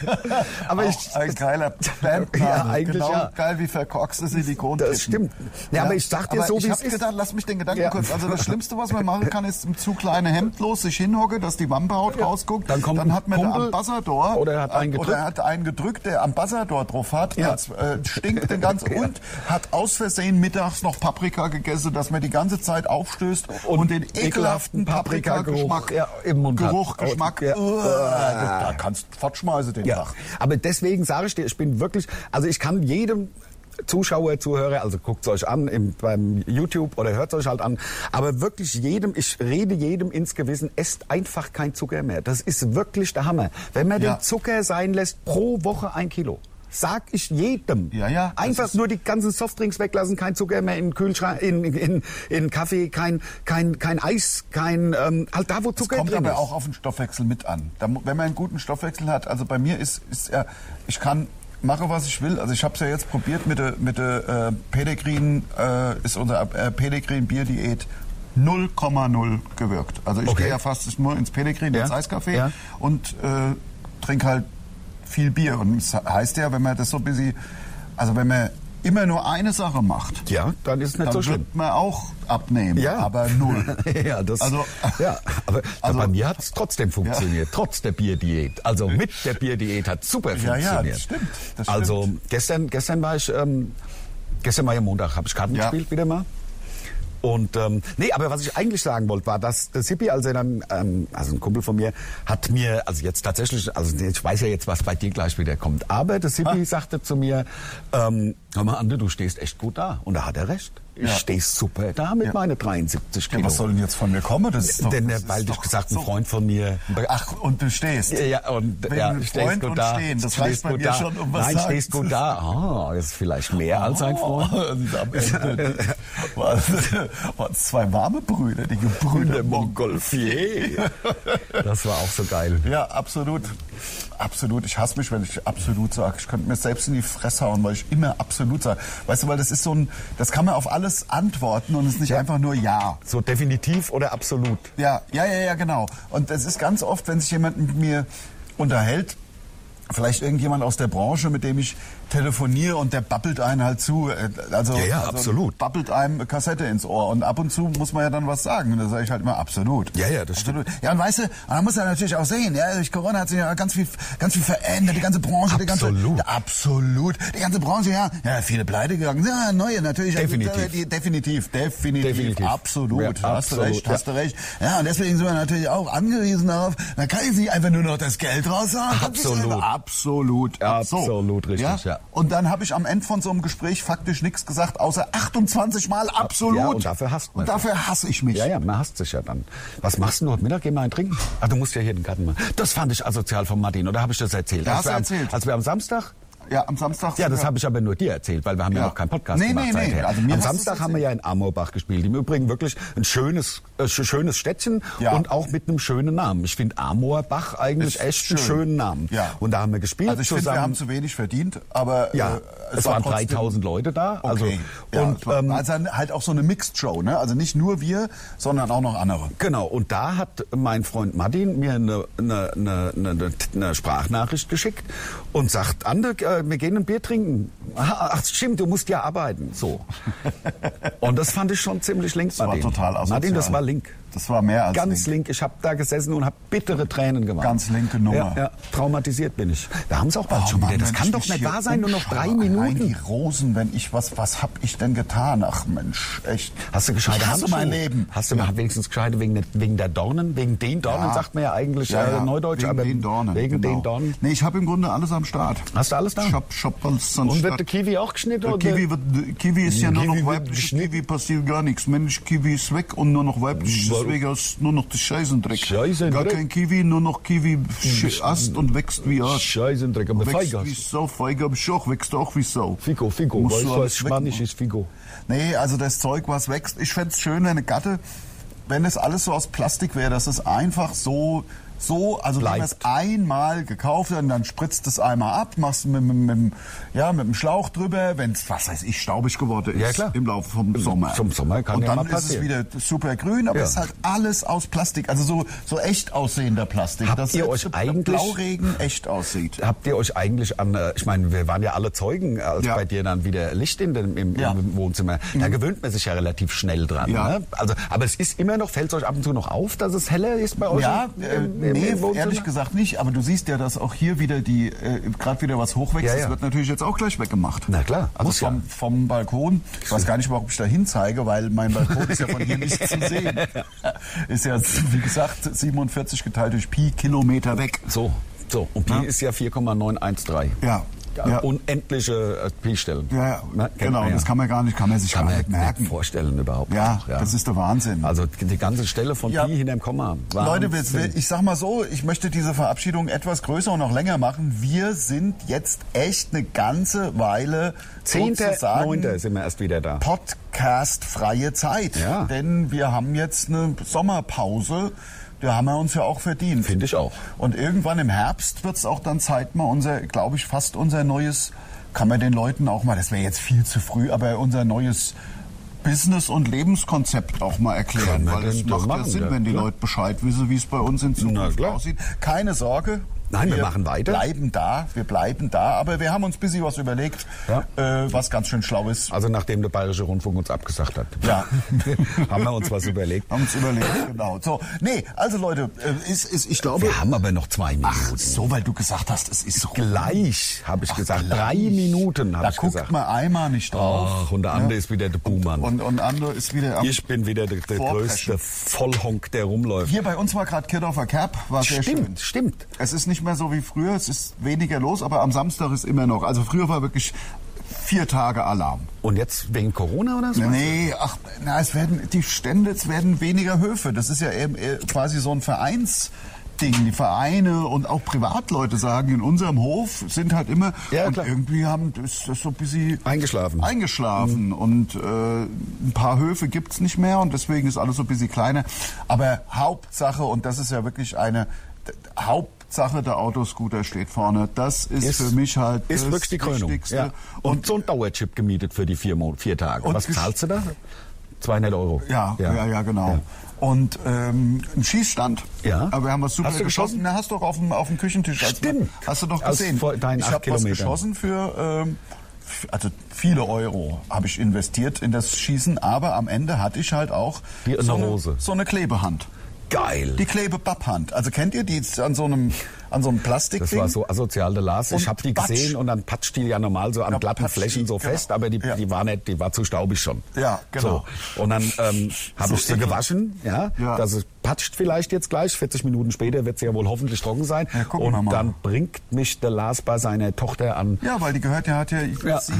auch ich- ein geiler Bandname. Ja, eigentlich genau ja. geil wie verkorkste Silikon. Das stimmt. Ja, aber ich sag dir so, ich wie hab es ist. gedacht, lass mich den Gedanken Ja. kurz. Also das Schlimmste, was man machen kann, ist im zu kleine Hemd los, sich hinhocke, dass die Wampehaut rausguckt. Dann kommt hat man ein den Kumpel Ambassador. oder er hat äh, einen gedrückt. Oder er hat einen gedrückt, der Ambassador drauf hat. Ja. Als, äh, stinkt den ganzen [LAUGHS] Ja. und hat aus Versehen mittags noch Paprika gegessen, dass man die ganze Zeit aufstößt und, den ekelhaften Paprikageruch, Paprikageschmack ja, im Mund hat. Geruch, Geschmack. Ja. Uah, Da kannst du fortschmeißen den Ja. Tag. Aber deswegen sage ich dir, ich bin wirklich, also ich kann jedem Zuschauer, Zuhörer, also guckt's euch an im, beim YouTube oder hört's euch halt an, aber wirklich jedem, ich rede jedem ins Gewissen, esst einfach kein Zucker mehr. Das ist wirklich der Hammer. Wenn man Ja. den Zucker sein lässt, pro Woche ein Kilo. Sag ich jedem. Ja, ja, das Einfach ist- nur die ganzen Softdrinks weglassen, kein Zucker mehr in den Kühlschrank, in, in, in Kaffee, kein, kein, kein Eis, kein, ähm, halt da, wo Zucker kommt drin aber ist. auch auf den Stoffwechsel mit an. Da, mu- wenn man einen guten Stoffwechsel hat, also bei mir ist, ist er, ich kann mache was ich will. Also ich habe es ja jetzt probiert mit der mit der äh, Pellegrin äh, ist unser äh, Pellegrin Bierdiät 0,0 gewirkt. Also ich Okay. gehe ja fast nur ins Pellegrin, Ja, ins Eiscafé ja. und äh, trinke halt viel Bier. Und es heißt ja, wenn man das so ein bisschen, also wenn man immer nur eine Sache macht, ja, dann ist es nicht dann so wird schlimm. man auch abnehmen, Ja. aber null. [LAUGHS] ja, das, Also- ja, aber Also- bei mir hat es trotzdem funktioniert, trotz der Bierdiät. Also mit der Bierdiät hat super Ja, funktioniert. ja, das stimmt, das also gestern, gestern war ich, ähm, gestern war ja Montag, habe ich Karten Ja. gespielt wieder mal. Und ähm, nee, aber was ich eigentlich sagen wollte, war, dass der Sippi, als er dann, ähm, also ein Kumpel von mir, hat mir, also jetzt tatsächlich, also ich weiß ja jetzt, was bei dir gleich wieder kommt, aber der Sippi sagte zu mir, ähm, Hör mal, Ande, du stehst echt gut da. Und da hat er recht. Ja. Ich stehe super da mit Ja. meinen 73 Kilo. was soll denn jetzt von mir kommen? Das ist doch, das Denn der ist bald doch ich gesagt, ein so. Freund von mir. Ach, und du stehst. Ja, und Wenn ja, Freund stehst gut und da. stehen, das stehst reicht bei gut mir da. schon, um was Nein, sagen stehst zu gut da. Ah, das ist vielleicht mehr als ein Oh, [LAUGHS] Freund. und am Ende waren waren es zwei warme Brüder, die Gebrüder Montgolfier. Das war auch so geil. Ja, absolut. Absolut. Ich hasse mich, wenn ich absolut sage. Ich könnte mir selbst in die Fresse hauen, weil ich immer absolut sage. Weißt du, weil das ist so ein, das kann man auf alles antworten und es ist nicht einfach nur ja. So definitiv oder absolut. Ja, ja, ja, ja, genau. Und das ist ganz oft, wenn sich jemand mit mir unterhält, vielleicht irgendjemand aus der Branche, mit dem ich telefoniere und der babbelt einen halt zu. äh, Also, Ja, ja, also absolut. Babbelt einem eine Kassette ins Ohr. Und ab und zu muss man ja dann was sagen. Und da sage ich halt immer absolut. Ja, ja, das stimmt. absolut. Also, Ja, und weißt du, und man muss ja natürlich auch sehen, ja, durch Corona hat sich ja ganz viel, ganz viel verändert, die ganze Branche, die ganze, Absolut. Ja, absolut, die ganze Branche, ja, ja, viele pleite gegangen, ja, neue natürlich, Definitiv. Die- definitiv, definitiv, Definitiv. absolut, Ja, hast du absolut, recht, ja. hast du recht. Ja, und deswegen sind wir natürlich auch angewiesen darauf, da kann ich nicht einfach nur noch das Geld raushauen. Absolut. Absolut. Absolut richtig, ja. Und dann habe ich am Ende von so einem Gespräch faktisch nichts gesagt, außer 28 Mal absolut. Ja, und dafür hasst man Und dafür hasse ich mich. Ja, ja, man hasst sich ja dann. Was machst du denn heute Mittag? Gehen wir einen trinken? Ach, du musst ja hier den Garten machen. Das fand ich asozial von Martin, oder habe ich das erzählt? Ja, hast als wir du am, erzählt. Als wir am Samstag Ja, am Samstag. Ja, das habe habe ich aber nur dir erzählt, weil wir haben ja, Ja. noch keinen Podcast Nee, gemacht nee, nee. seither. Also mir Am hast du's Samstag haben wir erzählt. ja in Amorbach gespielt. Im Übrigen wirklich ein schönes, äh, sch- schönes Städtchen Ja. und auch mit einem schönen Namen. Ich finde Amorbach eigentlich Ist echt schön. einen schönen Namen. Ja. Und da haben wir gespielt Also ich finde, wir zusammen. haben zu wenig verdient, aber ja, äh, es, waren trotzdem- 3000 Leute da. Also, Okay. Ja, und, es war- ähm, also halt auch so eine Mixed Show, ne? Also nicht nur wir, sondern auch noch andere. Genau, und da hat mein Freund Martin mir eine, eine, eine, eine, eine Sprachnachricht geschickt und sagt, Ander, äh, wir gehen ein Bier trinken. Ah, Ach stimmt, du musst ja arbeiten. [LAUGHS] So. Und das fand ich schon ziemlich link, Das war Martin. total asozial. Martin, das war link. Das war mehr als Ganz link. link. Ich habe da gesessen und habe bittere Tränen gemacht. Ganz linke Nummer. Ja, ja, traumatisiert bin ich. Da haben sie auch bald Oh schon Mann, wieder. Das wenn kann ich doch mich nicht hier wahr sein, nur noch umschaue, drei Allein die Minuten. Rosen, wenn ich was, was hab ich denn getan? Ach Mensch, echt. Hast du ich gescheite hasse Handschuhe? mein Leben. Hast du mal wenigstens gescheite wegen, der- wegen der Dornen? Wegen den Dornen sagt man ja eigentlich Ja, ja, Äh, Neudeutsch. wegen aber den Dornen. Wegen genau. den Dornen. Nee, ich habe im Grunde alles am Start. Hast du alles da? Ich hab, ich hab alles am Und wird Start. der Kiwi auch geschnitten? Der oder? Kiwi, wird, Kiwi ist ja nur Kiwi noch wird weiblich. geschnitten. Kiwi passiert gar nichts. Mensch, Kiwi ist weg und nur noch weiblich. Warum? Deswegen hast du nur noch das Scheißendreck. Scheißendreck? Gar kein Kiwi, nur noch Kiwi sch- asst und wächst wie Arsch. Scheißendreck, aber Wächst Feigast. wie Sau, Feiger am Schoch, wächst auch wie Sau. Figo, Figo, Musst weißt du du, alles was Spanisch ist Figo. Nee, also das Zeug, was wächst. Ich fänd's schön, wenn eine Gatte, wenn es alles so aus Plastik wäre, dass es einfach so, so, also wenn man Bleibt. es einmal gekauft hat und dann spritzt es einmal ab, machst mit, mit, mit, ja, mit dem Schlauch drüber, wenn es, was weiß ich, staubig geworden ist Ja, klar. im Laufe vom Sommer. Zum Sommer kann Und ja dann mal ist es passieren. wieder super grün, aber Ja. es ist halt alles aus Plastik, also so, so echt aussehender Plastik. Habt dass ihr selbst euch der eigentlich- Blauregen echt aussieht. Habt ihr euch eigentlich an, äh, ich meine, wir waren ja alle Zeugen, als Ja. bei dir dann wieder Licht in dem, im, Ja. Mhm. im Wohnzimmer, da gewöhnt man sich ja relativ schnell dran. Ja. Ne? Also, aber es ist immer noch, fällt es euch ab und zu noch auf, dass es heller ist bei euch? Ja, im, äh, im, im, nee, im Wohnzimmer? ehrlich gesagt nicht. Aber du siehst ja, dass auch hier wieder die äh, gerade wieder was hochwächst. Ja, Das ja. wird natürlich jetzt auch gleich weggemacht. Na klar, Also muss vom, ja. vom Balkon. Ich weiß gar nicht, warum ich da hinzeige, weil mein Balkon ist ja von hier nicht zu [LAUGHS] sehen. Ist ja, wie gesagt, 47 geteilt durch Pi Kilometer weg. So, so. Und Pi Ja. ist ja 4,913. Ja. Ja, Unendliche äh, Pi-Stellen. Ja, ja. Ne? Kennt genau, man ja. das kann man gar nicht, kann man sich kann gar man nicht merken. nicht vorstellen überhaupt. Ja, nicht, das ist der Wahnsinn. Also die ganze Stelle von Ja. Pi hinterm Komma. Leute, wir, Wahnsinn. wir- ich sag mal so, ich möchte diese Verabschiedung etwas größer und noch länger machen. Wir sind jetzt echt eine ganze Weile Neunter sozusagen sind wir erst wieder da. Podcast-freie Zeit. Ja. Denn wir haben jetzt eine Sommerpause. Da haben wir uns ja auch verdient. Finde ich auch. Und irgendwann im Herbst wird es auch dann Zeit, mal unser, glaube ich, fast unser neues, kann man den Leuten auch mal, das wäre jetzt viel zu früh, aber unser neues Business- und Lebenskonzept auch mal erklären. Kann man Weil es denn macht machen, ja Sinn, ja, wenn die klar. Leute Bescheid wissen, wie es bei uns in Na Zukunft klar. aussieht. Keine Sorge. Nein, wir machen weiter. bleiben da, wir bleiben da, aber wir haben uns ein bisschen was überlegt, äh, was ganz schön schlau ist. Also nachdem der Bayerische Rundfunk uns abgesagt hat. Ja. [LAUGHS] haben wir uns was überlegt. Haben uns überlegt, genau. So, nee, also Leute, äh, ist, ist, ich glaube, Wir haben aber noch zwei Minuten. so, weil du gesagt hast, es ist rum. Gleich, habe ich gesagt. gleich. Drei Minuten, habe Da ich guckt gesagt. man einmal nicht drauf. Ach, und der andere ist wieder der Buhmann. Und, und Ando ist wieder am ich bin wieder der, der Vorpreschen. größte Vollhonk, der rumläuft. Hier bei uns war gerade Kirdorfer Kerb, war sehr schön. stimmt, stimmt. Es ist nicht mehr so wie früher, es ist weniger los, aber am Samstag ist immer noch. Also früher war wirklich vier Tage Alarm. Und jetzt wegen Corona oder so? Nee, ach, na, es werden die Stände, es werden weniger Höfe. Das ist ja eben äh, quasi so ein Vereinsding. Die Vereine und auch Privatleute sagen, in unserem Hof sind halt immer Ja, und klar. irgendwie haben ist das so ein bisschen Eingeschlafen. Mhm. eingeschlafen und äh, ein paar Höfe gibt's nicht mehr und deswegen ist alles so ein bisschen kleiner. Aber Hauptsache und das ist ja wirklich eine d- Hauptsache der Autoscooter steht vorne. Das ist, Ist- für mich halt Ist das wirklich die Krönung. Wichtigste. Ja. Und, Und so ein Dauerchip gemietet für die vier, Mo vier Tage. Und Was gesch- zahlst du da? 200 Euro. Ja, ja, ja, genau. Und ähm, ein Schießstand. Ja. Aber wir haben was super Hast du geschossen? Na, hast du doch auf dem, auf dem Küchentisch. als- Stimmt. Hast du doch Aus gesehen. vor deinen ich acht habe was Kilometern. geschossen für, ähm, f- also viele Euro habe ich investiert in das Schießen, aber am Ende hatte ich halt auch Die- so, eine eine, Hose. so eine Klebehand. Geil. Die Klebebapphand. Also kennt ihr die jetzt an so einem, an so einem Plastikding? Das war so asozial, der Lars. Und Ich habe die Patsch. gesehen und dann patscht die ja normal so an Ja, glatten patscht die, Flächen so genau. fest, aber die, Ja. die war nicht, die war zu staubig schon. Ja, genau. So. Und dann ähm, habe So ich sie ekelhaft. gewaschen, ja, Ja. dass es patscht vielleicht jetzt gleich. 40 Minuten später wird sie ja wohl hoffentlich trocken sein. Ja, gucken wir und mal. dann bringt mich der Lars bei seiner Tochter an. Ja, weil die gehört ja, hat ja, ich, Ja. Sie,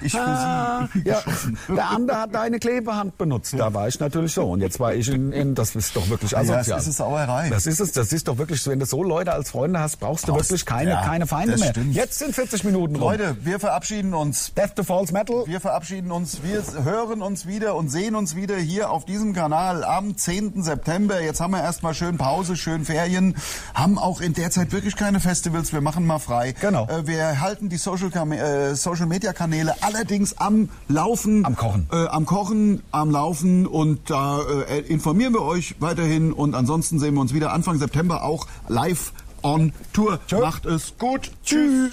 ich für Ah, sie ja. geschossen. [LAUGHS] Der andere hat deine Klebehand benutzt. Da war ich natürlich so. Und jetzt war ich in, in das ist doch wirklich es asozial. ist eine Sauerei. Das ist es. Das ist doch wirklich, so. wenn du so Leute als Freunde hast, brauchst du Brauchst- wirklich keine, ja, keine Feinde das mehr. stimmt. Jetzt sind 40 Minuten rum. Leute, wir verabschieden uns. Death to Falls Metal. Also, Wir verabschieden uns, wir hören uns wieder und sehen uns wieder hier auf diesem Kanal am 10. September. Jetzt haben wir erstmal schön Pause, schön Ferien, haben auch in der Zeit wirklich keine Festivals, wir machen mal frei. Genau. Äh, wir halten die Social, Kam- äh, Social Media Kanäle allerdings am Laufen. Am Kochen. Äh, am Kochen, am Laufen und da äh, informieren wir euch weiterhin und ansonsten sehen wir uns wieder Anfang September auch live on Tour. Tschö. Macht es gut. Tschüss.